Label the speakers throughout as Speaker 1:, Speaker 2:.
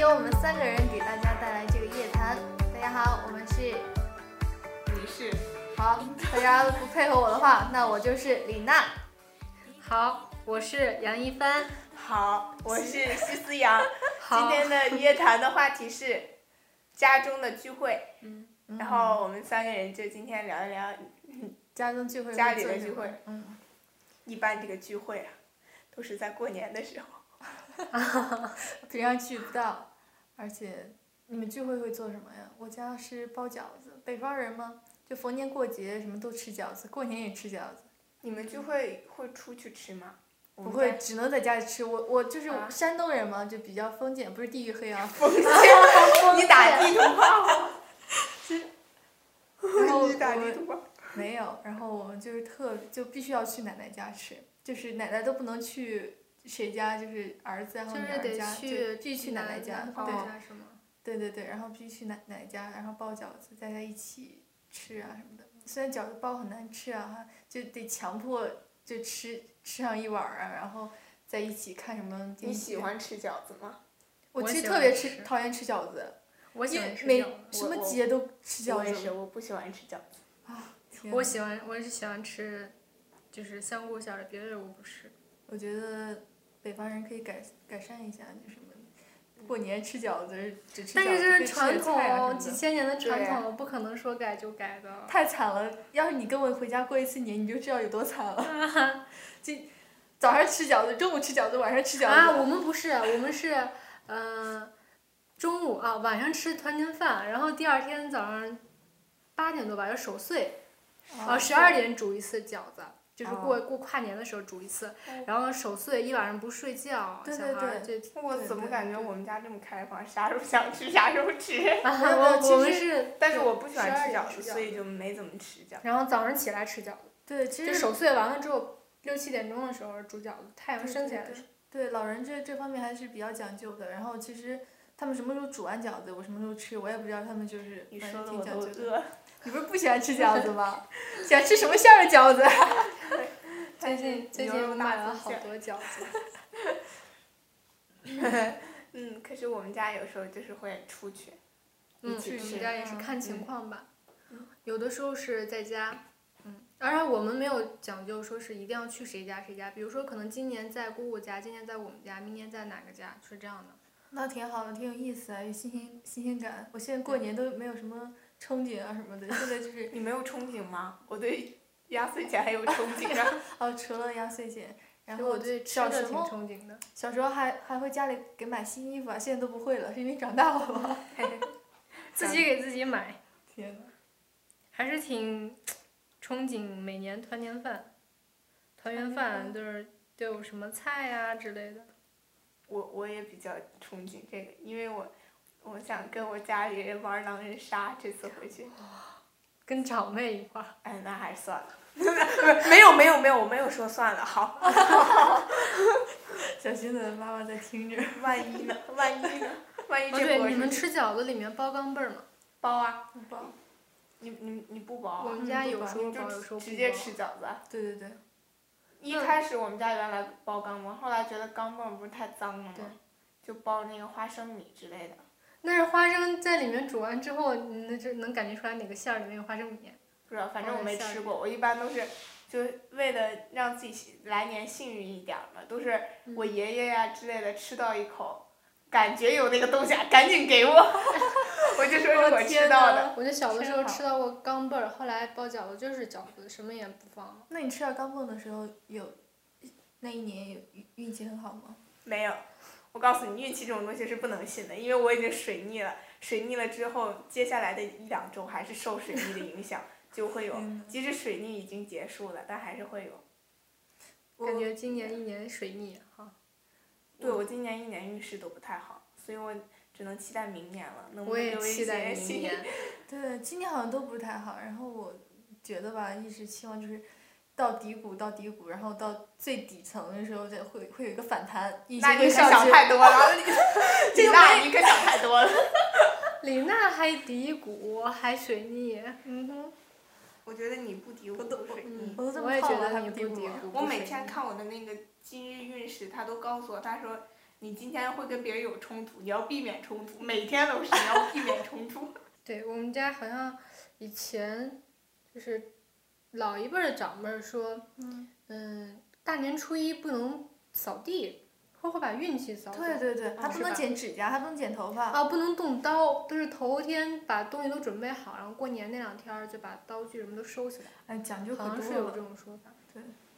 Speaker 1: 由我们三个人给大家带来这个夜谈。大家好，我们是
Speaker 2: 你是
Speaker 1: 好， 大家不配合我的话，那我就是李娜。
Speaker 3: 好，我是杨一帆。
Speaker 2: 好，我是徐 思阳。今
Speaker 3: 好，
Speaker 2: 天的夜谈的话题是家中的聚会，
Speaker 3: 嗯，
Speaker 2: 然后我们三个人就今天聊一聊
Speaker 1: 家中聚会，
Speaker 2: 家里的聚会，
Speaker 1: 嗯，
Speaker 2: 一般这个聚会啊，都是在过年的时候。
Speaker 1: 平常去不到，而且你们聚会会做什么呀？我家是包饺子，北方人吗？就逢年过节什么都吃饺子，过年也吃饺子，
Speaker 2: 你们聚会会出去吃吗？
Speaker 1: 不会，只能在家里吃。我我就是
Speaker 2: 嗯啊
Speaker 1: 山东人嘛，就比较封建，不是地域黑 啊。
Speaker 2: 我们家。 你打
Speaker 1: 封
Speaker 2: 地图炮，
Speaker 1: 建，然后
Speaker 2: 你打地
Speaker 1: 我
Speaker 2: 图炮。
Speaker 1: 没有，然后我们就是特就必须要去奶奶家吃，就是奶奶都不能去谁家，就是儿子然后
Speaker 3: 就
Speaker 1: 女
Speaker 3: 是
Speaker 1: 儿
Speaker 3: 得
Speaker 1: 家，
Speaker 3: 去
Speaker 1: 必须去奶奶家，
Speaker 3: 男方
Speaker 1: 对
Speaker 2: 哦
Speaker 3: 家是吗？
Speaker 1: 对对对，然后必须去奶奶家，然后包饺子，大家一起吃啊什么的。虽然饺子包很难吃啊，哈，就得强迫就吃吃上一碗儿啊，然后在一起看什么。
Speaker 2: 你喜？欢吃饺子吗？
Speaker 1: 我
Speaker 3: 我
Speaker 1: 其实
Speaker 3: 喜
Speaker 1: 特
Speaker 3: 欢
Speaker 1: 别
Speaker 3: 吃
Speaker 1: 讨厌吃饺子，
Speaker 3: 我喜
Speaker 1: 因
Speaker 3: 欢
Speaker 1: 为
Speaker 3: 吃
Speaker 1: 每
Speaker 3: 饺子
Speaker 1: 什么
Speaker 2: 我
Speaker 1: 节都吃
Speaker 2: 我
Speaker 1: 饺
Speaker 2: 也
Speaker 1: 子
Speaker 2: 是，我不喜欢吃饺子。
Speaker 1: 啊！天
Speaker 3: 我
Speaker 1: 呐
Speaker 3: 喜欢，我是喜欢吃，就是香菇馅儿的，别的我不吃。
Speaker 1: 我觉得北方人可以改改善一下，就什么过年吃饺子只吃饺子，
Speaker 3: 但是这是传
Speaker 1: 可以吃点菜啊什么
Speaker 3: 统，
Speaker 1: 的
Speaker 3: 几千年的传
Speaker 2: 对
Speaker 3: 统，不可能说改就改的。
Speaker 1: 太惨了！要是你跟我回家过一次年，你就知道有多惨了。 这早上吃饺子，中午吃饺子，晚上吃饺子。
Speaker 3: 啊，我们不是，我们是，嗯、中午啊，晚上吃团年饭，然后第二天早上八点多吧，要守岁，然后
Speaker 1: 啊
Speaker 3: 哦十二点煮一次饺子，就是
Speaker 2: 哦
Speaker 3: 过、过跨年的时候煮一次
Speaker 2: 哦，
Speaker 3: 然后守岁一晚上不睡觉，
Speaker 1: 对
Speaker 3: 小
Speaker 1: 对
Speaker 3: 孩儿就
Speaker 2: 我
Speaker 1: 对
Speaker 2: 怎么
Speaker 1: 对
Speaker 2: 感觉
Speaker 1: 对
Speaker 2: 我们家这么开放，啥时候想吃啥时候吃。
Speaker 3: 啊，
Speaker 1: 没有没有
Speaker 3: 我
Speaker 1: 其
Speaker 3: 我们
Speaker 1: 实
Speaker 3: 是，
Speaker 2: 但是我不喜欢
Speaker 3: 12
Speaker 2: 吃
Speaker 3: 点
Speaker 2: 饺
Speaker 3: 吃
Speaker 2: 子，
Speaker 3: 饺
Speaker 2: 所以就没怎么吃饺子。
Speaker 3: 然后早上起来吃饺子，
Speaker 1: 对，其
Speaker 3: 就
Speaker 1: 实
Speaker 3: 守岁完了之后六七点钟的时候煮饺子，太阳
Speaker 1: 对
Speaker 3: 升起
Speaker 1: 对
Speaker 3: 来的
Speaker 1: 对
Speaker 3: 时候，
Speaker 1: 对老人这这方面还是比较讲究的。然后其实他们什么时候煮完饺子，我什么时候吃，我也不知道。他们就是
Speaker 2: 你
Speaker 1: 反
Speaker 2: 说
Speaker 1: 正挺
Speaker 2: 的我
Speaker 1: 讲
Speaker 2: 都
Speaker 1: 究的。
Speaker 2: 饿 了。
Speaker 1: 你不是不喜欢吃饺子吗？ 喜欢吃什么馅儿的饺子？
Speaker 3: 最 近最
Speaker 2: 牛肉
Speaker 3: 近买
Speaker 2: 大
Speaker 3: 了
Speaker 2: 葱
Speaker 3: 好
Speaker 2: 馅儿
Speaker 3: 多饺 子，
Speaker 2: 嗯，可是我们家有时候就是会出去，
Speaker 3: 嗯，我
Speaker 2: 起吃
Speaker 3: 们家也是
Speaker 1: 嗯
Speaker 3: 看
Speaker 2: 嗯
Speaker 3: 情况吧
Speaker 2: 嗯，
Speaker 3: 有的时候是在家，嗯，当然我们没有讲究说是一定要去谁家谁家，比如说可能今年在姑姑家，今年在我们家，明年在哪个家，是这样的。
Speaker 1: 那挺好的，挺有意思啊，有新鲜新鲜感。我现在过年都没有什么憧憬啊什么的，现在就是
Speaker 2: 你没有憧憬吗？我对压岁钱还有憧憬啊。
Speaker 1: 哦，除了压岁钱，然
Speaker 3: 其实
Speaker 1: 后
Speaker 3: 我对吃
Speaker 1: 小
Speaker 3: 的
Speaker 1: 时
Speaker 3: 挺
Speaker 1: 候
Speaker 3: 憧憬的。
Speaker 1: 小时候还还会家里给买新衣服啊，现在都不会了，是因为长大了吧？
Speaker 3: 自己给自己买，
Speaker 1: 天呐，
Speaker 3: 还是挺憧憬每年团年饭，团圆
Speaker 1: 团
Speaker 3: 饭都是都有什么菜呀、之类的。
Speaker 2: 我我也比较憧憬这个，因为我我想跟我家里人玩狼人杀，这次 回去。
Speaker 3: 跟长辈一块儿，
Speaker 2: 哎，那还是算了。 没有没有没有，我没有说算了。好，
Speaker 1: 小新的妈妈在听着，
Speaker 2: 万一呢？万一呢？万一
Speaker 3: 哦
Speaker 2: 这
Speaker 3: 对，
Speaker 2: 波
Speaker 3: 你们
Speaker 2: 是
Speaker 3: 吃饺子里面包钢镚儿吗？
Speaker 2: 包啊？
Speaker 1: 很棒。
Speaker 2: 你你你不包
Speaker 3: 我
Speaker 2: 啊？
Speaker 3: 们家
Speaker 1: 嗯不
Speaker 3: 有
Speaker 1: 包
Speaker 3: 时
Speaker 2: 你
Speaker 3: 候
Speaker 2: 们
Speaker 3: 包，有时
Speaker 2: 就
Speaker 3: 候
Speaker 2: 直
Speaker 3: 哦不
Speaker 2: 直接
Speaker 3: 包
Speaker 2: 吃饺子啊。
Speaker 1: 对对对，
Speaker 2: 一
Speaker 3: 那
Speaker 2: 开始我们家原来包钢镚，后来觉得钢镚不是太脏了
Speaker 3: 对
Speaker 2: 吗？就包那个花生米之类的。
Speaker 3: 那是花生在里面煮完之后，你那这能感觉出来哪个馅儿里面有花生米？
Speaker 2: 不知道，反正
Speaker 3: 放
Speaker 2: 我
Speaker 3: 在
Speaker 2: 没
Speaker 3: 馅儿
Speaker 2: 吃
Speaker 3: 里
Speaker 2: 过。我一般都是，就是为了让自己幸来年幸运一点儿嘛，都是
Speaker 3: 嗯
Speaker 2: 我爷爷呀、之类的吃到一口，感觉有那个东西啊，赶紧给我， 我就说
Speaker 1: 我
Speaker 2: 是我
Speaker 1: 天
Speaker 2: 吃到
Speaker 1: 呐
Speaker 2: 的。
Speaker 3: 我就小的时候
Speaker 2: 真好
Speaker 3: 吃到过钢镚儿，后来包饺子就是饺子，什么也不放了。
Speaker 1: 那你吃到钢镚的时候有，那一年有运运气很好吗？
Speaker 2: 没有，我告诉你，运气这种东西是不能信的，因为我已经水逆了，水逆了之后，接下来的一两周还是受水逆的影响，就会有。
Speaker 1: 天呐
Speaker 2: 即使水逆已经结束了，但还是会有。
Speaker 1: 我
Speaker 3: 感觉今年一年水逆哈，
Speaker 2: 对我今年一年运势都不太好，所以我只能期待明年了，能不
Speaker 3: 我
Speaker 2: 能
Speaker 3: 也
Speaker 2: 有一
Speaker 3: 期待
Speaker 2: 些
Speaker 3: 明
Speaker 2: 新
Speaker 3: 年。
Speaker 1: 对，今年好像都不是太好。然后我觉得吧，一直期望就是到低谷，到低谷，然后到最底层的时候，再会会有一个反弹，一直
Speaker 2: 那
Speaker 1: 会
Speaker 2: 你可
Speaker 1: 上
Speaker 2: 想
Speaker 1: 去。
Speaker 2: 太多 了，
Speaker 1: 这
Speaker 2: 这
Speaker 1: 个没
Speaker 2: 个那你可想太多了。
Speaker 3: 李娜还低谷，还水逆，
Speaker 1: 嗯哼，
Speaker 2: 我觉得你不敌
Speaker 1: 我都我
Speaker 3: 嗯，
Speaker 1: 我都这么
Speaker 3: 也
Speaker 1: 胖
Speaker 3: 觉
Speaker 1: 了还
Speaker 3: 得你
Speaker 1: 不低
Speaker 3: 不
Speaker 1: 谷
Speaker 3: 低
Speaker 1: 啊
Speaker 3: 谷。
Speaker 2: 我
Speaker 3: 不
Speaker 2: 每
Speaker 3: 水
Speaker 2: 天
Speaker 3: 逆
Speaker 2: 看我的那个今日运势，他都告诉我，他说你今天会跟别人有冲突，你要避免冲突，每天都是你要避免冲突。
Speaker 3: 对我们家好像以前就是老一辈儿的长辈儿说，
Speaker 1: 嗯，
Speaker 3: 嗯，大年初一不能扫地，或会把运气扫走。
Speaker 1: 对对对，他不
Speaker 3: 啊是
Speaker 1: 能
Speaker 3: 吧
Speaker 1: 剪指甲，他不能剪头发。
Speaker 3: 啊，不能动刀，都是头天把东西都准备好，然后过年那两天儿就把刀具什么都收起来。
Speaker 1: 哎，讲究
Speaker 3: 好
Speaker 1: 可
Speaker 3: 像是
Speaker 1: 多
Speaker 3: 有嗯
Speaker 1: 了
Speaker 3: 这。种说法。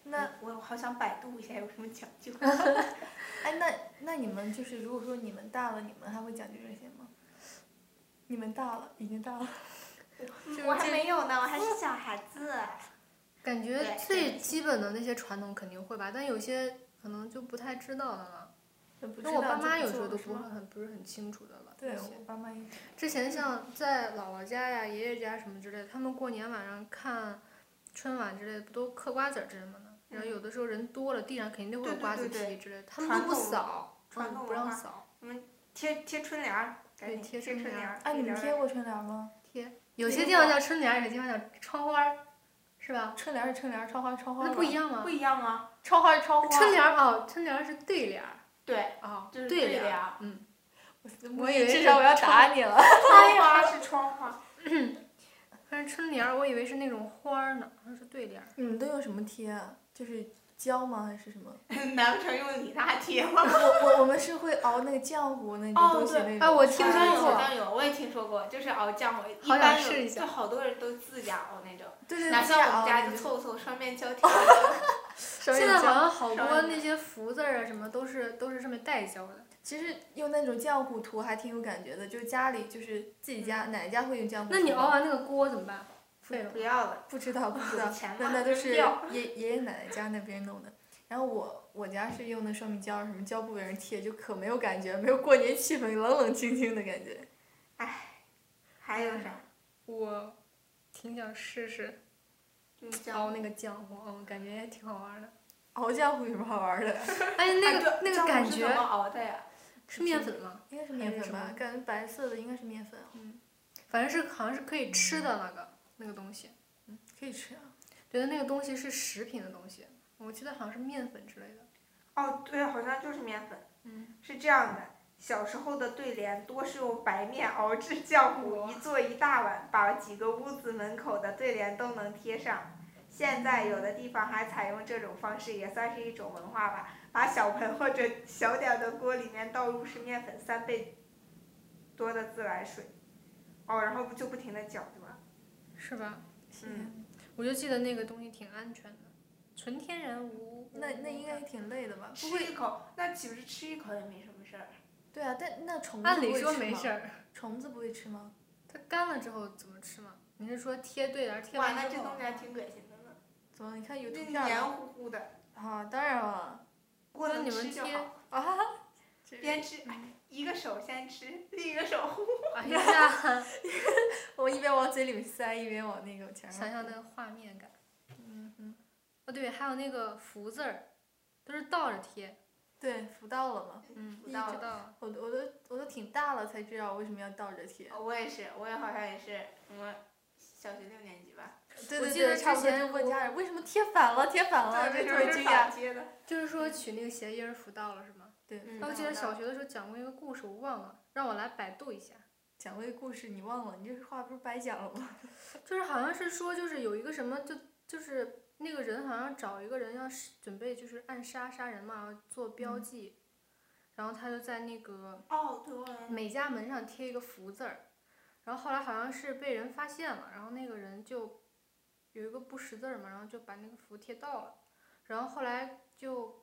Speaker 1: 那
Speaker 2: 我好想百度一下有什么讲究。
Speaker 1: 哎，那那你们就是如果说你们大了，你们还会讲究这些吗？你们大了，已经大了。
Speaker 2: 嗯我还没有呢，我还是小孩子。
Speaker 3: 感
Speaker 2: 对
Speaker 3: 觉
Speaker 2: 对
Speaker 3: 最基本的那些传统肯定会吧，但有些可能就不太知道了嘛。
Speaker 1: 也不知
Speaker 3: 那
Speaker 1: 道
Speaker 3: 我爸
Speaker 1: 就
Speaker 3: 妈
Speaker 1: 不
Speaker 3: 有时
Speaker 1: 做
Speaker 3: 候都
Speaker 1: 是
Speaker 3: 不
Speaker 1: 吗
Speaker 3: 会很不是很清楚的了。
Speaker 1: 对
Speaker 3: 有些
Speaker 1: 我爸妈也是。
Speaker 3: 之前像在姥姥家呀、爷爷家什么之类的，他们过年晚上看春晚之类的，不都嗑瓜子儿之类的吗？然后有的时候人多了，地上肯定会有
Speaker 2: 对对
Speaker 3: 瓜子
Speaker 2: 对
Speaker 3: 皮
Speaker 2: 对
Speaker 3: 之类的，他们都不
Speaker 2: 传统
Speaker 3: 扫，
Speaker 2: 传
Speaker 3: 嗯
Speaker 2: 统
Speaker 3: 不让
Speaker 2: 文化
Speaker 3: 扫。
Speaker 2: 贴贴春联儿，赶紧
Speaker 3: 对贴
Speaker 2: 春
Speaker 3: 春联
Speaker 2: 儿。
Speaker 1: 哎，你们
Speaker 2: 贴
Speaker 1: 贴过春联吗？
Speaker 3: 有
Speaker 2: 对
Speaker 3: 些
Speaker 2: 如
Speaker 3: 地方
Speaker 2: 果
Speaker 3: 叫春联儿，有些地方叫窗花儿，是吧？
Speaker 1: 春联是春联，窗花是窗花。
Speaker 3: 那不一。样
Speaker 2: 不
Speaker 3: 吗？
Speaker 2: 一样吗？
Speaker 1: 窗花是窗花。
Speaker 3: 春联儿哦，春联儿是对联儿
Speaker 2: 对，
Speaker 3: 哦，
Speaker 2: 就是
Speaker 3: 对
Speaker 2: 联
Speaker 3: 联儿。
Speaker 2: 儿。
Speaker 1: 我
Speaker 3: 我以为
Speaker 1: 至
Speaker 3: 是
Speaker 1: 少我要
Speaker 3: 窗
Speaker 1: 打你了。
Speaker 2: 窗花是窗花，
Speaker 3: 但是春联儿我以为是那种花儿呢，它是对联儿。
Speaker 1: 你们都用什么贴啊？就是胶吗？还是什么？
Speaker 2: 难不成用你那贴吗？
Speaker 1: 我我我们是会熬那个浆糊那
Speaker 2: 哦
Speaker 1: 个东西
Speaker 2: 对
Speaker 1: 那
Speaker 3: 啊
Speaker 1: 种。
Speaker 3: 我 听
Speaker 2: 好
Speaker 3: 说
Speaker 2: 像有嗯好
Speaker 3: 过，
Speaker 2: 像有，我也听说过，就是熬浆，我一
Speaker 3: 好想
Speaker 2: 般
Speaker 3: 试
Speaker 2: 有，
Speaker 3: 一下哦
Speaker 2: 就好多人都自家熬那种，
Speaker 1: 对对对。
Speaker 2: 哪
Speaker 1: 自己
Speaker 2: 像我
Speaker 1: 熬
Speaker 2: 们家
Speaker 1: 那种
Speaker 2: 就凑凑双面胶 贴。
Speaker 3: 现在好像好
Speaker 2: 上
Speaker 3: 多
Speaker 2: 面
Speaker 3: 那些福字儿啊什么都是都是上面带胶的。
Speaker 1: 其实用那种浆糊涂还挺有感觉的，就是家里就是自己家、奶奶家会用浆糊涂吗。
Speaker 3: 嗯那你熬完那个锅怎么办？废了。
Speaker 2: 不要了，
Speaker 1: 不知道不知
Speaker 2: 有
Speaker 1: 道，
Speaker 2: 钱
Speaker 1: 那
Speaker 2: 嘛
Speaker 1: 那都是
Speaker 2: 料
Speaker 1: 爷爷爷奶奶家那边弄的。然后我我家是用的双面胶，什么胶布给人贴，就可没有感觉，没有过年气氛，冷冷清清的感觉。
Speaker 2: 还有啥？
Speaker 3: 我挺想试试
Speaker 2: 用
Speaker 3: 熬
Speaker 2: 胶
Speaker 3: 那个浆糊，嗯，感觉也挺好玩的。
Speaker 1: 熬浆糊有什么好玩的？
Speaker 3: 哎，那个
Speaker 2: 哎
Speaker 3: 那
Speaker 2: 对浆
Speaker 3: 个
Speaker 2: 糊
Speaker 3: 感
Speaker 2: 是怎么
Speaker 3: 觉
Speaker 2: 熬的呀？
Speaker 3: 是面粉吗？
Speaker 1: 应该是面粉吧
Speaker 3: 还是什么，
Speaker 1: 感觉白色的应该是面粉，啊
Speaker 3: 反正是好像是可以吃的那个那个东西，
Speaker 1: 可以吃啊。
Speaker 3: 觉得那个东西是食品的东西，我记得好像是面粉之类的。
Speaker 2: 哦，对，好像就是面粉。
Speaker 3: 嗯，
Speaker 2: 是这样的，小时候的对联多是用白面熬制浆糊，一做一大碗，把几个屋子门口的对联都能贴上。现在有的地方还采用这种方式，也算是一种文化吧。把小盆或者小点儿的锅里面倒入是面粉三倍多的自来水，哦，然后不就不停的搅对吧？
Speaker 3: 是吧？
Speaker 2: 嗯
Speaker 3: 我就记得那个东西挺安全的，纯天然无。
Speaker 1: 那
Speaker 3: 无
Speaker 1: 那应该
Speaker 3: 污染
Speaker 1: 挺累的吧？不
Speaker 2: 吃
Speaker 1: 会，
Speaker 2: 一口，那岂不是吃一口也没什么事儿？
Speaker 1: 对啊，但那虫子
Speaker 3: 按
Speaker 1: 不
Speaker 3: 理
Speaker 1: 会
Speaker 3: 说
Speaker 1: 吃
Speaker 3: 没
Speaker 1: 吗
Speaker 3: 事，儿，
Speaker 1: 虫子不会吃吗？
Speaker 3: 它干了之后怎么吃嘛？你是说贴对联儿贴
Speaker 2: 哇，
Speaker 3: 完
Speaker 2: 那
Speaker 3: 之
Speaker 2: 这
Speaker 3: 后
Speaker 2: 东西还挺恶心的呢，
Speaker 1: 怎么？你看有
Speaker 2: 就
Speaker 1: 图片
Speaker 2: 黏
Speaker 1: 儿吗
Speaker 2: 糊糊的，
Speaker 1: 啊，当然了
Speaker 2: 不过
Speaker 3: 那
Speaker 2: 能
Speaker 3: 你们
Speaker 2: 吃就
Speaker 3: 贴
Speaker 2: 好。
Speaker 1: 啊哈哈，这
Speaker 2: 边吃，哎一个手先吃，另一个手呼。
Speaker 3: 哎呀，
Speaker 1: 我一边往嘴里面塞，一边往那个墙上。
Speaker 3: 想象那个画面感。
Speaker 1: 嗯嗯，
Speaker 3: 哦对，还有那个福字儿，都是倒着贴。
Speaker 1: 对，福到了嘛。
Speaker 3: 嗯，
Speaker 2: 知道
Speaker 3: 知道。
Speaker 1: 我都我都我都挺大了才知道为什么要倒着贴。
Speaker 2: 我也是，我也好像也是，我小学六年级吧。
Speaker 1: 对
Speaker 3: 我
Speaker 1: 对
Speaker 3: 记得
Speaker 1: 对，差不多
Speaker 3: 之
Speaker 1: 就
Speaker 3: 前
Speaker 1: 问
Speaker 3: 我
Speaker 1: 家人为什么贴反了，贴反了，这
Speaker 2: 对，
Speaker 1: 特别
Speaker 2: 啊是
Speaker 1: 惊
Speaker 2: 反
Speaker 1: 讶。
Speaker 2: 接的。
Speaker 3: 就是说取那个谐音儿福到了是吗？
Speaker 1: 对，
Speaker 2: 嗯
Speaker 3: 哎我记得
Speaker 2: 福到
Speaker 3: 小学的时候讲过一个故事，我忘了，让我来百度一下。
Speaker 1: 讲这个故事你忘了，你这话不是白讲了吗？
Speaker 3: 就是好像是说，就是有一个什么，就就是那个人好像找一个人要是准备就是暗杀杀人嘛，要做
Speaker 2: 嗯
Speaker 3: 标记，然后他就在那个
Speaker 2: 哦，对，我好像
Speaker 3: 每家门上贴一个福字儿，然后后来好像是被人发现了，然后那个人就有一个不识字儿嘛，然后就把那个福贴倒了，然后后来就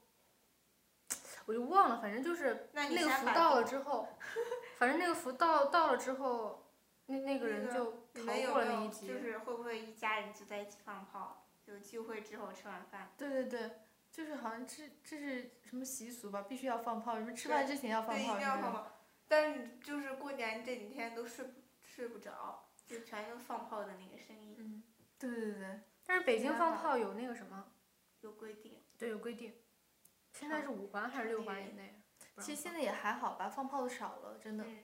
Speaker 3: 我就忘了，反正就是
Speaker 2: 那你
Speaker 3: 那
Speaker 2: 先
Speaker 3: 个福
Speaker 2: 把
Speaker 3: 到了之后，反正那个福到到了之后，那那个人
Speaker 2: 那个
Speaker 3: 就
Speaker 2: 你
Speaker 3: 逃
Speaker 2: 们有
Speaker 3: 过
Speaker 2: 没
Speaker 3: 了那
Speaker 2: 有
Speaker 3: 一劫。
Speaker 2: 就是会不会一家人就在一起放炮？就聚会之后吃完饭，
Speaker 1: 对对对，就是好像这这是什么习俗吧，必须要放炮，什么吃饭之前要放
Speaker 2: 对，一
Speaker 1: 炮
Speaker 2: 定要
Speaker 1: 什
Speaker 2: 放
Speaker 1: 么
Speaker 2: 炮。但是就是过年这几天都睡不睡不着，就全都放炮的那个声音
Speaker 3: 嗯，
Speaker 1: 的。对对对对，
Speaker 3: 但是北京
Speaker 1: 没
Speaker 3: 放
Speaker 1: 办法
Speaker 3: 炮有那个什么，
Speaker 2: 有规定。
Speaker 3: 对，有规定，现在是五环还是六环以内？啊不让
Speaker 1: 其实现
Speaker 3: 放
Speaker 1: 在也还好吧，放炮的少了，真的。
Speaker 2: 嗯，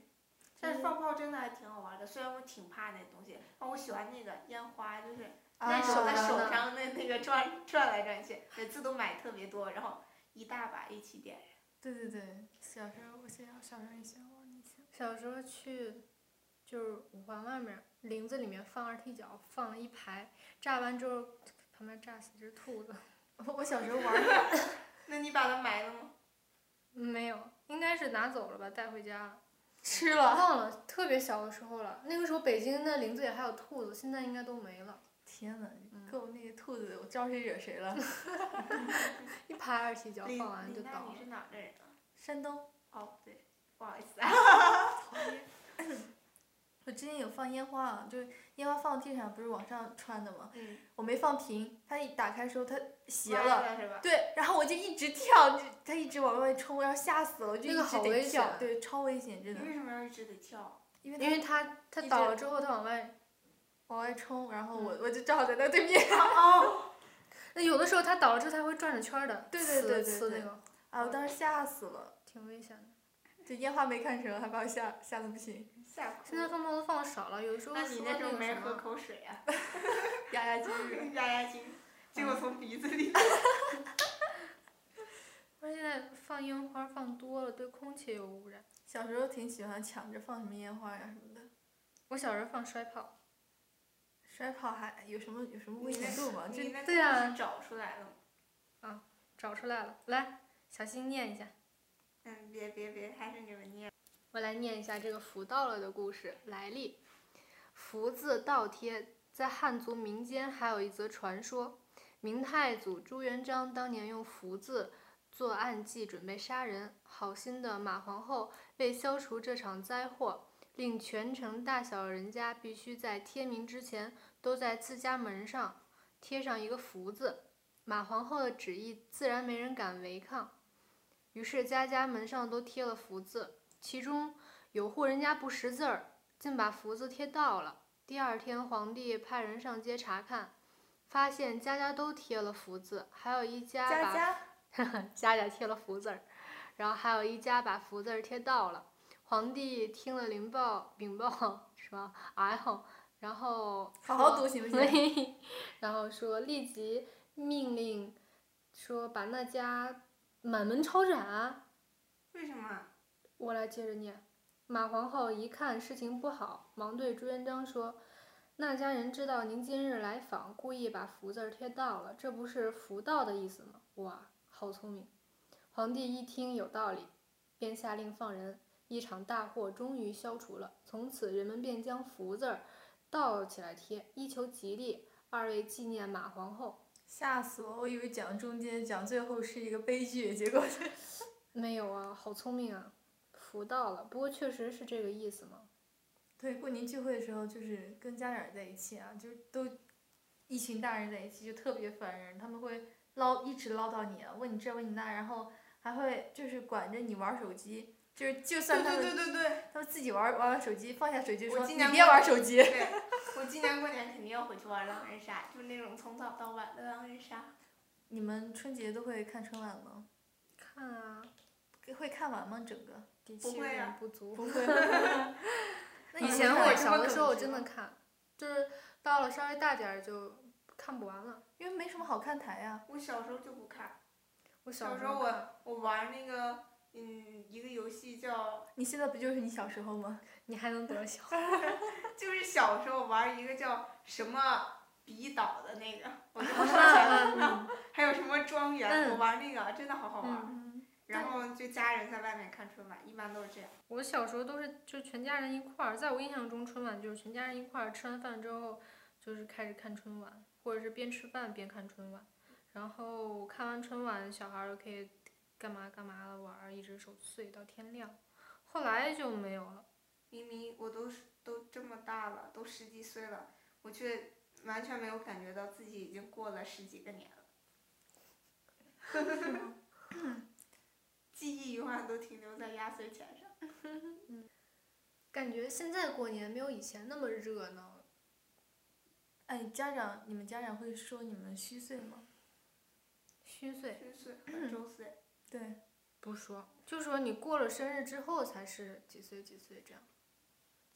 Speaker 2: 但是放炮真的还挺好玩的，虽然我挺怕那东西，但我喜欢那个烟花，就是那
Speaker 1: 啊
Speaker 2: 手在
Speaker 3: 呢
Speaker 2: 手上那那个转转来转去，每次都买特别多，然后一大把一起点燃。
Speaker 1: 对对对，小时候我小小时候也喜欢玩那些。
Speaker 3: 小时候去，就是五环外面林子里面放二踢脚，放了一排，炸完之后旁边炸死一只兔子。
Speaker 1: 我我小时候玩，
Speaker 2: 那你把它埋了吗？
Speaker 3: 没有，应该是拿走了吧，带回家了。
Speaker 1: 吃
Speaker 2: 嗯
Speaker 1: 了，
Speaker 3: 忘了，特别小的时候了。那个时候北京的林子里还有兔子，现在应该都没了。
Speaker 1: 天哪
Speaker 3: 嗯！
Speaker 1: 跟我那个兔子，我招谁惹谁了？
Speaker 3: 一排二踢脚
Speaker 2: 林
Speaker 3: 放完就
Speaker 2: 林娜，
Speaker 3: 倒
Speaker 2: 你
Speaker 3: 了。
Speaker 2: 是哪儿的人啊？
Speaker 1: 山东，
Speaker 2: 哦，不对，不好意思 啊。
Speaker 1: 我之前有放烟花啊，就是烟花放地上不是往上穿的吗？
Speaker 2: 嗯，
Speaker 1: 我没放平，它一打开的时候它斜
Speaker 2: 歪
Speaker 1: 了。
Speaker 2: 是吧？
Speaker 1: 对，然后我就一直跳，就它一直往外冲，然后吓死了，我就
Speaker 3: 那
Speaker 1: 一
Speaker 3: 个
Speaker 1: 直
Speaker 3: 好
Speaker 1: 得
Speaker 3: 危
Speaker 1: 跳，
Speaker 3: 险
Speaker 1: 对，超危险，真
Speaker 2: 你
Speaker 1: 的，
Speaker 2: 为什么要一直得 跳？
Speaker 1: 因为
Speaker 3: 因
Speaker 1: 它
Speaker 3: 为它它
Speaker 1: 一直
Speaker 3: 倒了之后，它往外，
Speaker 1: 往外冲，然后我
Speaker 3: 嗯
Speaker 1: 我就正好在它对面，
Speaker 2: 哦，
Speaker 3: 那有的时候它倒了之后，它会转着圈儿的，
Speaker 1: 对对对对
Speaker 3: 呲呲那
Speaker 1: 对
Speaker 3: 个，
Speaker 1: 啊，我当时吓死了，
Speaker 3: 挺危险的。
Speaker 1: 这烟花没看成，还把我吓吓得不行，
Speaker 2: 吓哭
Speaker 3: 现在
Speaker 2: 了。
Speaker 3: 放炮都放的少了，有的时候
Speaker 2: 那你
Speaker 3: 说
Speaker 2: 那时候
Speaker 3: 个
Speaker 2: 没
Speaker 3: 什
Speaker 2: 人喝
Speaker 3: 么，
Speaker 2: 口水 啊？
Speaker 1: 压压惊。
Speaker 2: 压压惊，结果从鼻子 里。
Speaker 3: 而且放烟花放多了，对空气有污染。
Speaker 1: 小时候挺喜欢抢着放什么烟花呀什么的，
Speaker 3: 我小时候放摔炮，
Speaker 1: 摔炮还有什么有什么危
Speaker 2: 你
Speaker 1: 险度吗？
Speaker 2: 那，
Speaker 1: 这
Speaker 2: 你那
Speaker 3: 对啊
Speaker 2: 是找出来了吗？
Speaker 3: 找出来了，来，小新念一下。
Speaker 2: 嗯，别别别，还是你们念。
Speaker 3: 我来念一下这个“福到了”的故事来历。“福”字倒贴，在汉族民间还有一则传说：明太祖朱元璋当年用“福”字做暗计，准备杀人。好心的马皇后为消除这场灾祸，令全城大小人家必须在天明之前都在自家门上贴上一个“福”字。马皇后的旨意自然没人敢违抗，于是家家门上都贴了“福”字。其中有户人家不识字儿，竟把福字贴倒了。第二天，皇帝派人上街查看，发现家家都贴了福字，还有一家把
Speaker 1: 佳佳，
Speaker 3: 家家贴了福字儿，然后还有一家把福字儿贴倒了。皇帝听了禀报，禀报什么？哎呦，然后
Speaker 1: 好好读行不 行？
Speaker 3: 然后说立即命令说把那家满门抄斩啊。
Speaker 2: 为什么？啊
Speaker 3: 我来接着念。马皇后一看事情不好，忙对朱元璋说：“那家人知道您今日来访，故意把福字儿贴倒了，这不是福到的意思吗？”哇，好聪明！皇帝一听有道理，便下令放人。一场大祸终于消除了，从此人们便将福字儿倒起来贴，一求吉利，二为纪念马皇后。
Speaker 1: 吓死我！我以为讲中间讲最后是一个悲剧，结果是
Speaker 3: 没有啊，好聪明啊，福到了。不过确实是这个意思嘛。
Speaker 1: 对过年聚会的时候，就是跟家长在一起啊，就都一群大人在一起，就特别烦人。他们会唠一直唠叨你啊，问你这问你那，然后还会就是管着你玩手机，就是就算他们
Speaker 2: 对对
Speaker 1: 他们自己玩玩完手机，放下手机
Speaker 2: 我
Speaker 1: 说
Speaker 2: 今
Speaker 1: 你
Speaker 2: 年
Speaker 1: 别
Speaker 2: 过
Speaker 1: 玩手机。
Speaker 2: 对，我今年过年肯定要回去玩狼人杀，就是那种从早到晚的狼人杀。
Speaker 1: 你们春节都会看春晚吗？
Speaker 3: 看啊，
Speaker 1: 会看完吗？整个？
Speaker 3: 底
Speaker 2: 不
Speaker 3: 气有
Speaker 2: 会
Speaker 3: 点
Speaker 2: 啊
Speaker 3: 不足。
Speaker 1: 不会。 嗯那你
Speaker 3: 以
Speaker 1: 们
Speaker 3: 前
Speaker 1: 看
Speaker 3: 我
Speaker 1: 完
Speaker 3: 小
Speaker 2: 会
Speaker 3: 的时候我
Speaker 2: 梗
Speaker 3: 真的看，就是到了稍微大点儿就看不完了。
Speaker 1: 因为没什么好看台啊呀、
Speaker 2: 我小时候就不看，
Speaker 3: 我
Speaker 2: 小
Speaker 3: 时
Speaker 2: 时候
Speaker 3: 候看
Speaker 2: 我我玩那个嗯一个游戏叫，
Speaker 1: 你现在不就是你小时候吗？
Speaker 3: 你还能多小？
Speaker 2: 就是小时候玩一个叫什么比岛的那个，我就不说了。
Speaker 3: 嗯
Speaker 2: 还有什么庄园，
Speaker 3: 嗯
Speaker 2: 我玩那个真的好好玩。
Speaker 3: 嗯
Speaker 1: 嗯，
Speaker 2: 然后就家人在外面看春晚，一般都是这样。
Speaker 3: 我小时候都是就全家人一块儿，在我印象中春晚就是全家人一块儿吃完饭之后，就是开始看春晚，或者是边吃饭边看春晚。然后看完春晚，小孩儿可以干嘛干嘛的玩儿，一直守岁到天亮。后来就没有了。
Speaker 2: 明明我都是都这么大了，都十几岁了，我却完全没有感觉到自己已经过了十几个年了。记忆永远都停留在压岁钱上。
Speaker 3: 感觉现在过年没有以前那么热闹了。
Speaker 1: 哎，家长，你们家长会说你们虚岁吗？
Speaker 3: 虚岁，
Speaker 2: 虚岁和周岁，
Speaker 1: 对，
Speaker 3: 不说，就说你过了生日之后才是几岁几岁这样。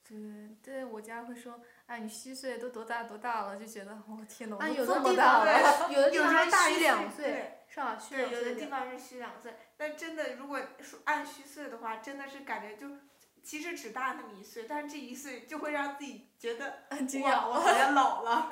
Speaker 1: 对对，我家会说，哎，你虚岁都多大多大了，就觉得我、天呐，我
Speaker 3: 啊，
Speaker 1: 都
Speaker 3: 有
Speaker 1: 这
Speaker 3: 的
Speaker 1: 么
Speaker 3: 地
Speaker 1: 大
Speaker 3: 方
Speaker 1: 了，
Speaker 3: 有的地
Speaker 2: 有
Speaker 3: 方
Speaker 2: 时
Speaker 3: 还
Speaker 2: 候大
Speaker 3: 虚
Speaker 2: 于
Speaker 3: 两
Speaker 2: 岁，对
Speaker 3: 岁，是吧？虚
Speaker 2: 对，
Speaker 3: 两
Speaker 2: 有
Speaker 3: 岁
Speaker 2: 的地方是虚两岁，但真的如果说按虚岁的话，真的是感觉就其实只大那么一岁，但是这一岁就会让自己觉得
Speaker 1: 很 惊
Speaker 2: 哇，
Speaker 1: 讶，
Speaker 2: 我好像老了。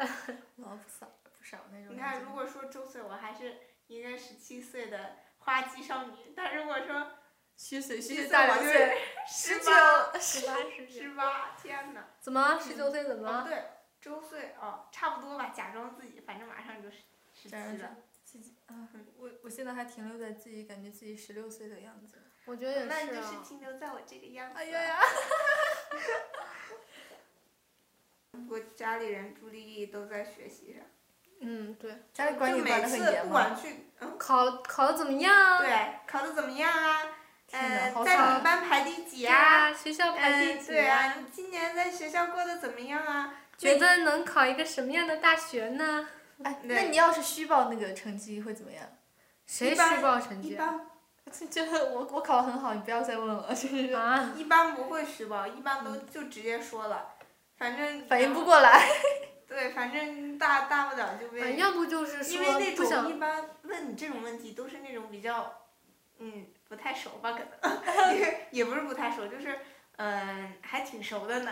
Speaker 1: 老不少不少那种感觉。
Speaker 2: 你看，如果说周岁，我还是一个十七岁的花季少女，但如果说
Speaker 1: 虚岁虚
Speaker 2: 虚
Speaker 1: 岁
Speaker 2: 岁
Speaker 1: 大
Speaker 2: 我
Speaker 1: 两
Speaker 2: 就
Speaker 1: 岁，
Speaker 2: 十
Speaker 1: 九
Speaker 2: 八，
Speaker 3: 十八十九，
Speaker 2: 十八，天哪！
Speaker 3: 怎么十九岁怎么
Speaker 2: 哦，
Speaker 3: 了？
Speaker 2: 对，周岁哦，差不多吧，假装自己，反正马上就十十七
Speaker 1: 假如
Speaker 2: 了。
Speaker 1: 自己啊，我我现在还停留在自己感觉自己十六岁的样子。
Speaker 3: 我觉得也
Speaker 2: 那你
Speaker 3: 是
Speaker 2: 就
Speaker 3: 啊
Speaker 2: 是。停留在我这个样子。
Speaker 1: 哎呀呀！
Speaker 2: 我家里人注意力都在学习上，
Speaker 3: 嗯，对，
Speaker 1: 家里管
Speaker 2: 就
Speaker 1: 你管
Speaker 2: 每
Speaker 1: 得很
Speaker 2: 次
Speaker 1: 严
Speaker 2: 不
Speaker 1: 吗？
Speaker 2: 管去，嗯，
Speaker 3: 考考的怎么样啊？
Speaker 2: 对，考的怎么样啊？
Speaker 1: 天哪
Speaker 2: 嗯、
Speaker 1: 好
Speaker 2: 在你
Speaker 1: 惨啊
Speaker 2: 们班排第几
Speaker 3: 对
Speaker 2: 啊？
Speaker 3: 啊，学校排第
Speaker 2: 嗯，
Speaker 3: 几
Speaker 2: 对啊，你今年在学校过得怎么样啊？
Speaker 3: 觉得能考一个什么样的大学呢？
Speaker 1: 哎，
Speaker 2: 对
Speaker 1: 那你要是虚报那个成绩会怎么样？
Speaker 3: 谁
Speaker 2: 一般
Speaker 3: 虚报成
Speaker 2: 一
Speaker 3: 绩啊
Speaker 2: 般
Speaker 1: 就就是我我考得很好，你不要再问了，就是
Speaker 3: 啊？
Speaker 2: 一般不会虚报，一般都就直接说了，反正
Speaker 1: 嗯反应不过来。
Speaker 2: 对，反正大大不了就
Speaker 3: 嗯，
Speaker 2: 被，
Speaker 3: 要不就是
Speaker 2: 因为
Speaker 3: 说
Speaker 2: 那
Speaker 3: 不
Speaker 2: 种
Speaker 3: 想
Speaker 2: 一般问你这种问题都是那种比较，嗯，不太熟吧，可 能 也也不是不太熟，就是嗯，还挺熟的 呢。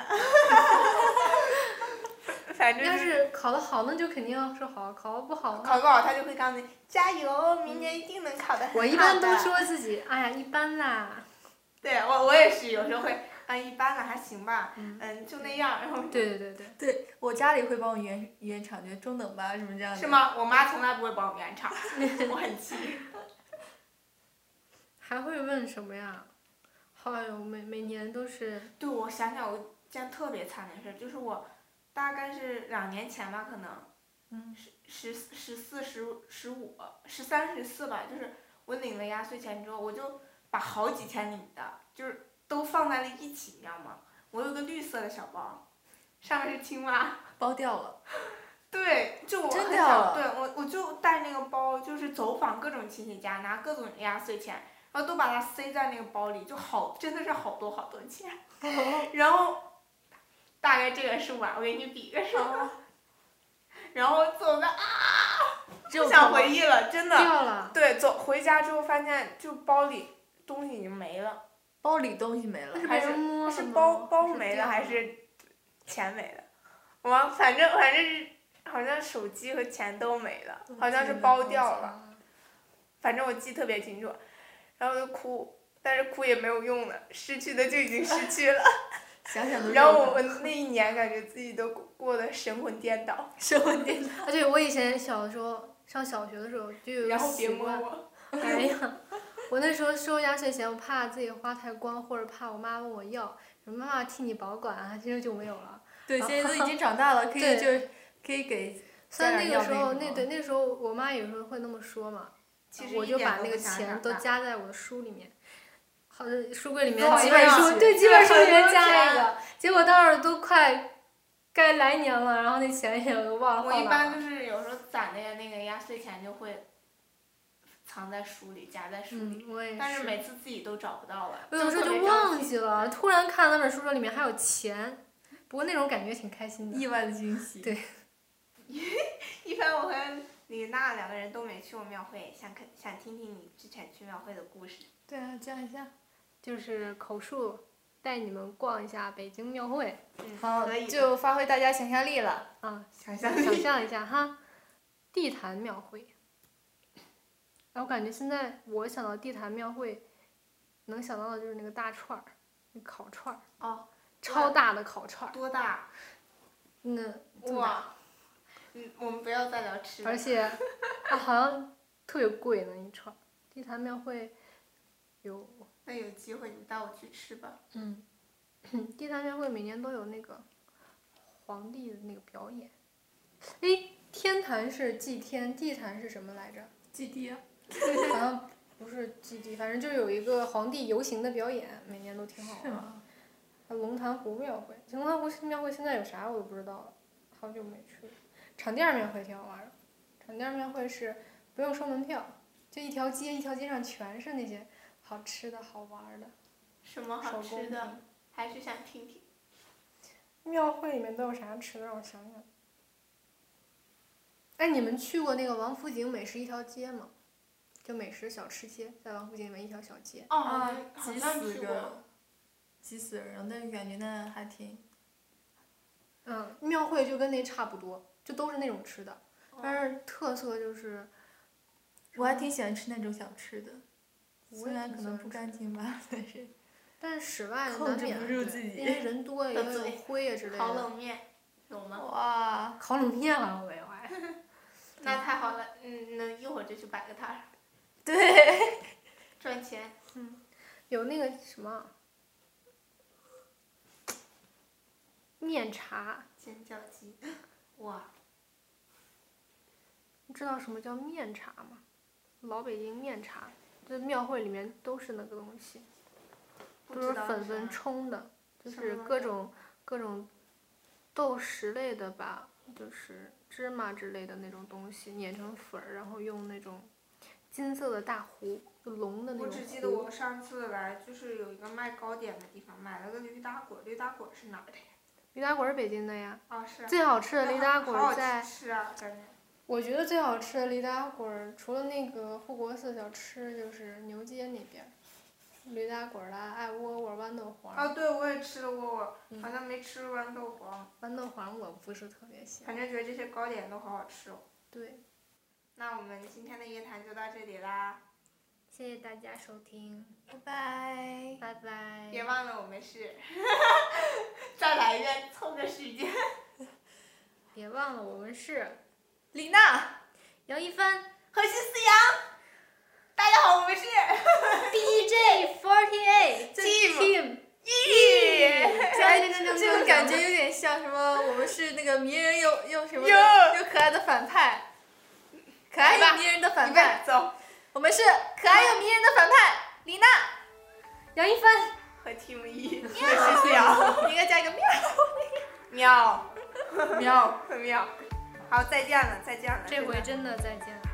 Speaker 2: 反正
Speaker 3: 要
Speaker 2: 就是
Speaker 3: 是考得好，那就肯定要说好；考得不好，
Speaker 2: 考不好，他就会告诉你加油，明年一定能考得很好的。
Speaker 3: 嗯我一般都说自己，哎呀，一般啦。
Speaker 2: 对我我也是，有时候会啊，一般了，还行吧，
Speaker 3: 嗯，
Speaker 2: 嗯，就那样，然后
Speaker 3: 对对对对，
Speaker 1: 对我家里会帮我圆圆场，觉得中等吧，什么这样的。
Speaker 2: 是？吗？我妈从来不会帮我 圆场，我很气。
Speaker 3: 还会问什么呀？好友每每年都是，
Speaker 2: 对，我想想，我件特别惨的事，就是我大概是两年前吧，可能
Speaker 1: 嗯，
Speaker 2: 十十四、十十五、十三、十四吧，就是我领了压岁钱之后，我就把好几天领的，就是都放在了一起，你知道吗？我有个绿色的小包，上面是青蛙。
Speaker 1: 包掉了。
Speaker 2: 对，就我
Speaker 1: 真
Speaker 2: 很
Speaker 1: 的
Speaker 2: 小，
Speaker 1: 啊
Speaker 2: 对我我就带那个包，就是走访各种亲戚家，拿各种压岁钱，然后都把它塞在那个包里，就好，真的是好多好多钱。
Speaker 1: 哦
Speaker 2: 然后大概这个数吧，我给你比个数。
Speaker 1: 哦
Speaker 2: 然后走的啊，
Speaker 1: 这
Speaker 2: 不
Speaker 1: 种
Speaker 2: 想
Speaker 1: 痛苦
Speaker 2: 回忆了，真的。
Speaker 3: 掉了，
Speaker 2: 对，走回家之后发现，就包里东西已经没了，
Speaker 1: 包里东西没了
Speaker 3: 那。是被
Speaker 2: 还
Speaker 3: 人摸了
Speaker 2: 是
Speaker 3: 吗
Speaker 2: 包包
Speaker 3: 嗯是
Speaker 2: 没
Speaker 3: 掉
Speaker 2: 了还是钱没了？我反正反正是好像手机和钱都没了，
Speaker 3: 嗯
Speaker 2: 好像是包掉了，
Speaker 3: 了？
Speaker 2: 反正我记得特别清楚，然后我就哭。但是哭也没有用了，失去的就已 经失去了。
Speaker 1: 想
Speaker 3: 嗯
Speaker 1: 想都
Speaker 2: 然后
Speaker 1: 肉
Speaker 2: 我
Speaker 1: 疼
Speaker 2: 那一年感觉自己都过过得神魂颠倒，
Speaker 1: 什么电脑？
Speaker 3: 啊，对，我以前小的时候上小学的时候就有一
Speaker 2: 然
Speaker 3: 个
Speaker 2: 后别
Speaker 3: 习
Speaker 2: 摸
Speaker 3: 惯，
Speaker 2: 我。
Speaker 3: 哎呀，我那时候收压岁钱，我怕自己花太光，或者怕我妈问我要，什么妈妈替你保管啊，这个就没有了。
Speaker 1: 对，现在都已经长大了，可以
Speaker 3: 对
Speaker 1: 就是可以给
Speaker 3: 虽然
Speaker 1: 家
Speaker 3: 那
Speaker 1: 长
Speaker 3: 个时
Speaker 1: 要那
Speaker 3: 候，
Speaker 1: 个
Speaker 3: 那
Speaker 1: 吗
Speaker 3: 对那时候我妈有时候会那么说嘛，
Speaker 2: 其
Speaker 3: 我
Speaker 2: 实一
Speaker 3: 就
Speaker 2: 点
Speaker 3: 把
Speaker 2: 都
Speaker 3: 那
Speaker 2: 不
Speaker 3: 个
Speaker 2: 想
Speaker 3: 钱
Speaker 2: 长
Speaker 3: 都
Speaker 2: 大
Speaker 3: 夹在我的书里面，好的书柜里面
Speaker 2: 哦
Speaker 3: 几
Speaker 2: 这
Speaker 3: 本
Speaker 2: 样
Speaker 3: 书，
Speaker 2: 子
Speaker 3: 对几
Speaker 2: 这
Speaker 3: 本
Speaker 2: 样
Speaker 3: 书
Speaker 2: 很
Speaker 3: 里面
Speaker 2: 多
Speaker 3: 加一
Speaker 2: 钱
Speaker 3: 个，结果到时候都快该来年了，然后那钱也忘啊了
Speaker 2: 我
Speaker 3: 花
Speaker 2: 一般
Speaker 3: 了。
Speaker 2: 就是有时候攒的那个压岁钱就会藏在书里，夹在书里，
Speaker 3: 嗯，我也
Speaker 2: 但是
Speaker 3: 是。
Speaker 2: 每次自己都找不到了。
Speaker 3: 我有时候
Speaker 2: 特别
Speaker 3: 就
Speaker 2: 着
Speaker 3: 忘
Speaker 2: 急
Speaker 3: 记了，突然看那本书说里面还有钱，不过那种感觉挺开心的。
Speaker 1: 意外的惊喜。
Speaker 3: 对
Speaker 2: 一般我和李娜两个人都没去过庙会，想看想听听你之前去庙会的故事。
Speaker 1: 对啊，这样一下。
Speaker 3: 就是口述带你们逛一下北京庙会
Speaker 2: 嗯，
Speaker 1: 好
Speaker 2: 可以，的。
Speaker 1: 就发挥大家想象力了。
Speaker 3: 啊，
Speaker 2: 想象
Speaker 3: 想
Speaker 2: 力。
Speaker 3: 象一下哈，地坛庙会。哎，我感觉现在我想到地坛庙会，能想到的就是那个大串儿，那烤串儿，
Speaker 2: 哦，
Speaker 3: 超大的烤串儿，
Speaker 2: 多大？
Speaker 3: 那这么大，
Speaker 2: 哇！嗯，我们不要再聊吃的
Speaker 3: 而。且啊好像特别贵呢一串儿。地坛庙会有，
Speaker 2: 那有机会你带我去吃吧。
Speaker 3: 嗯，地坛庙会每年都有那个皇帝的那个表演。哎，天坛是祭天，地坛是什么来着？
Speaker 1: 基地啊，
Speaker 3: 好像不是基地，反正就有一个皇帝游行的表演，每年都挺好
Speaker 1: 是
Speaker 3: 玩。
Speaker 1: 吗？
Speaker 3: 还有龙潭湖庙会，龙潭湖庙会现在有啥我也不知道了，好久没去了。场店儿庙会挺好玩的，场店儿庙会是不用收门票，就一条街一条街上全是那些好吃的好玩儿的
Speaker 2: 什么
Speaker 3: 手工
Speaker 2: 好吃
Speaker 3: 品。
Speaker 2: 的？还是想听听。
Speaker 4: 庙会里面都有啥吃的？让我想想。
Speaker 3: 哎，你们去过那个王府井美食一条街吗？就美食小吃街，在王府井里面一条小街。
Speaker 1: 啊
Speaker 5: 哦，好
Speaker 1: 急
Speaker 5: 像
Speaker 1: 死
Speaker 5: 去
Speaker 1: 人
Speaker 2: 哦
Speaker 5: 过。
Speaker 1: 急死人了，但是感觉那还挺
Speaker 3: 嗯，庙会就跟那差不多，就都是那种吃的，
Speaker 1: 哦
Speaker 3: 但是特色就是
Speaker 1: 我还挺喜欢吃那种小吃的，
Speaker 3: 我
Speaker 1: 虽
Speaker 3: 也
Speaker 1: 然
Speaker 3: 挺
Speaker 1: 可
Speaker 3: 喜
Speaker 1: 能
Speaker 3: 欢
Speaker 1: 不
Speaker 3: 吃
Speaker 1: 干净吧， 但是
Speaker 3: 但是室外
Speaker 1: 控
Speaker 3: 难
Speaker 1: 制
Speaker 3: 免
Speaker 1: 不住
Speaker 3: 对
Speaker 1: 自己
Speaker 3: 因为 人多也
Speaker 5: 的
Speaker 3: 有
Speaker 5: 嘴
Speaker 3: 灰啊呀之类的。
Speaker 5: 烤
Speaker 1: 啊
Speaker 5: 冷面，有吗？
Speaker 1: 哇，
Speaker 3: 烤冷面好像没有哎。
Speaker 5: 那太好了，嗯，那一会儿就去摆个摊儿
Speaker 1: 对，
Speaker 5: 赚钱。
Speaker 3: 有那个什么面茶，
Speaker 5: 尖叫鸡， 哇，
Speaker 3: 你知道什么叫面茶吗？老北京面茶，这庙会里面都是那个东西，
Speaker 5: 不
Speaker 3: 都
Speaker 5: 知
Speaker 3: 是
Speaker 5: 道
Speaker 3: 粉
Speaker 5: 是
Speaker 3: 粉
Speaker 5: 啥
Speaker 3: 冲的，就
Speaker 5: 什么
Speaker 3: 是
Speaker 5: 玩意
Speaker 3: 各
Speaker 5: 儿
Speaker 3: 种各种豆豉类的吧，就是芝麻之类的那种东西碾成粉儿，然后用那种金色的大壶，就龙的那
Speaker 2: 我
Speaker 3: 种
Speaker 2: 只记得
Speaker 3: 壶。
Speaker 2: 我上次来就是有一个卖糕点的地方，买了个驴打滚儿，驴打滚儿是哪儿的呀？
Speaker 3: 驴打滚儿是北京的呀，
Speaker 2: 哦，是啊。
Speaker 3: 最好吃的
Speaker 2: 那
Speaker 3: 驴
Speaker 2: 好
Speaker 3: 打滚
Speaker 2: 好
Speaker 3: 儿
Speaker 2: 好
Speaker 3: 在。
Speaker 2: 吃啊，感觉。
Speaker 3: 我觉得最好吃的驴打滚儿，除了那个护国寺小吃，就是牛街那边儿，驴打滚儿啦、爱窝窝、豌豆黄。
Speaker 2: 哦，对，我也吃了窝窝，
Speaker 3: 嗯
Speaker 2: 好像没吃豌豆 黄，
Speaker 3: 豌豆黄我不是特别喜欢。
Speaker 2: 反正觉得这些糕点都好好吃哦。
Speaker 3: 对，
Speaker 2: 那我们今天的夜谈就到这里啦，
Speaker 5: 谢谢大家收听，
Speaker 1: 拜拜。
Speaker 5: 拜拜
Speaker 2: 别忘了我们是再来一遍，凑个时间。
Speaker 5: 别忘了我们是
Speaker 1: 李娜。
Speaker 5: 杨一帆
Speaker 2: 核心思想，大家好，我们是
Speaker 5: BJ Forty Eight Team。
Speaker 1: 哎这这种感觉有点像什么？我们是那个迷人又又什么的又可爱的反派，可爱又迷人的反
Speaker 2: 预备
Speaker 1: 派。
Speaker 2: 走
Speaker 1: 我们是可爱又迷人的反派，李娜，
Speaker 5: 杨一帆，
Speaker 2: 和 team 一核心思想，
Speaker 1: 一个加一个喵。
Speaker 2: 喵
Speaker 1: 喵。
Speaker 2: 喵，好，再见了，再见了，
Speaker 5: 这回真的再见了。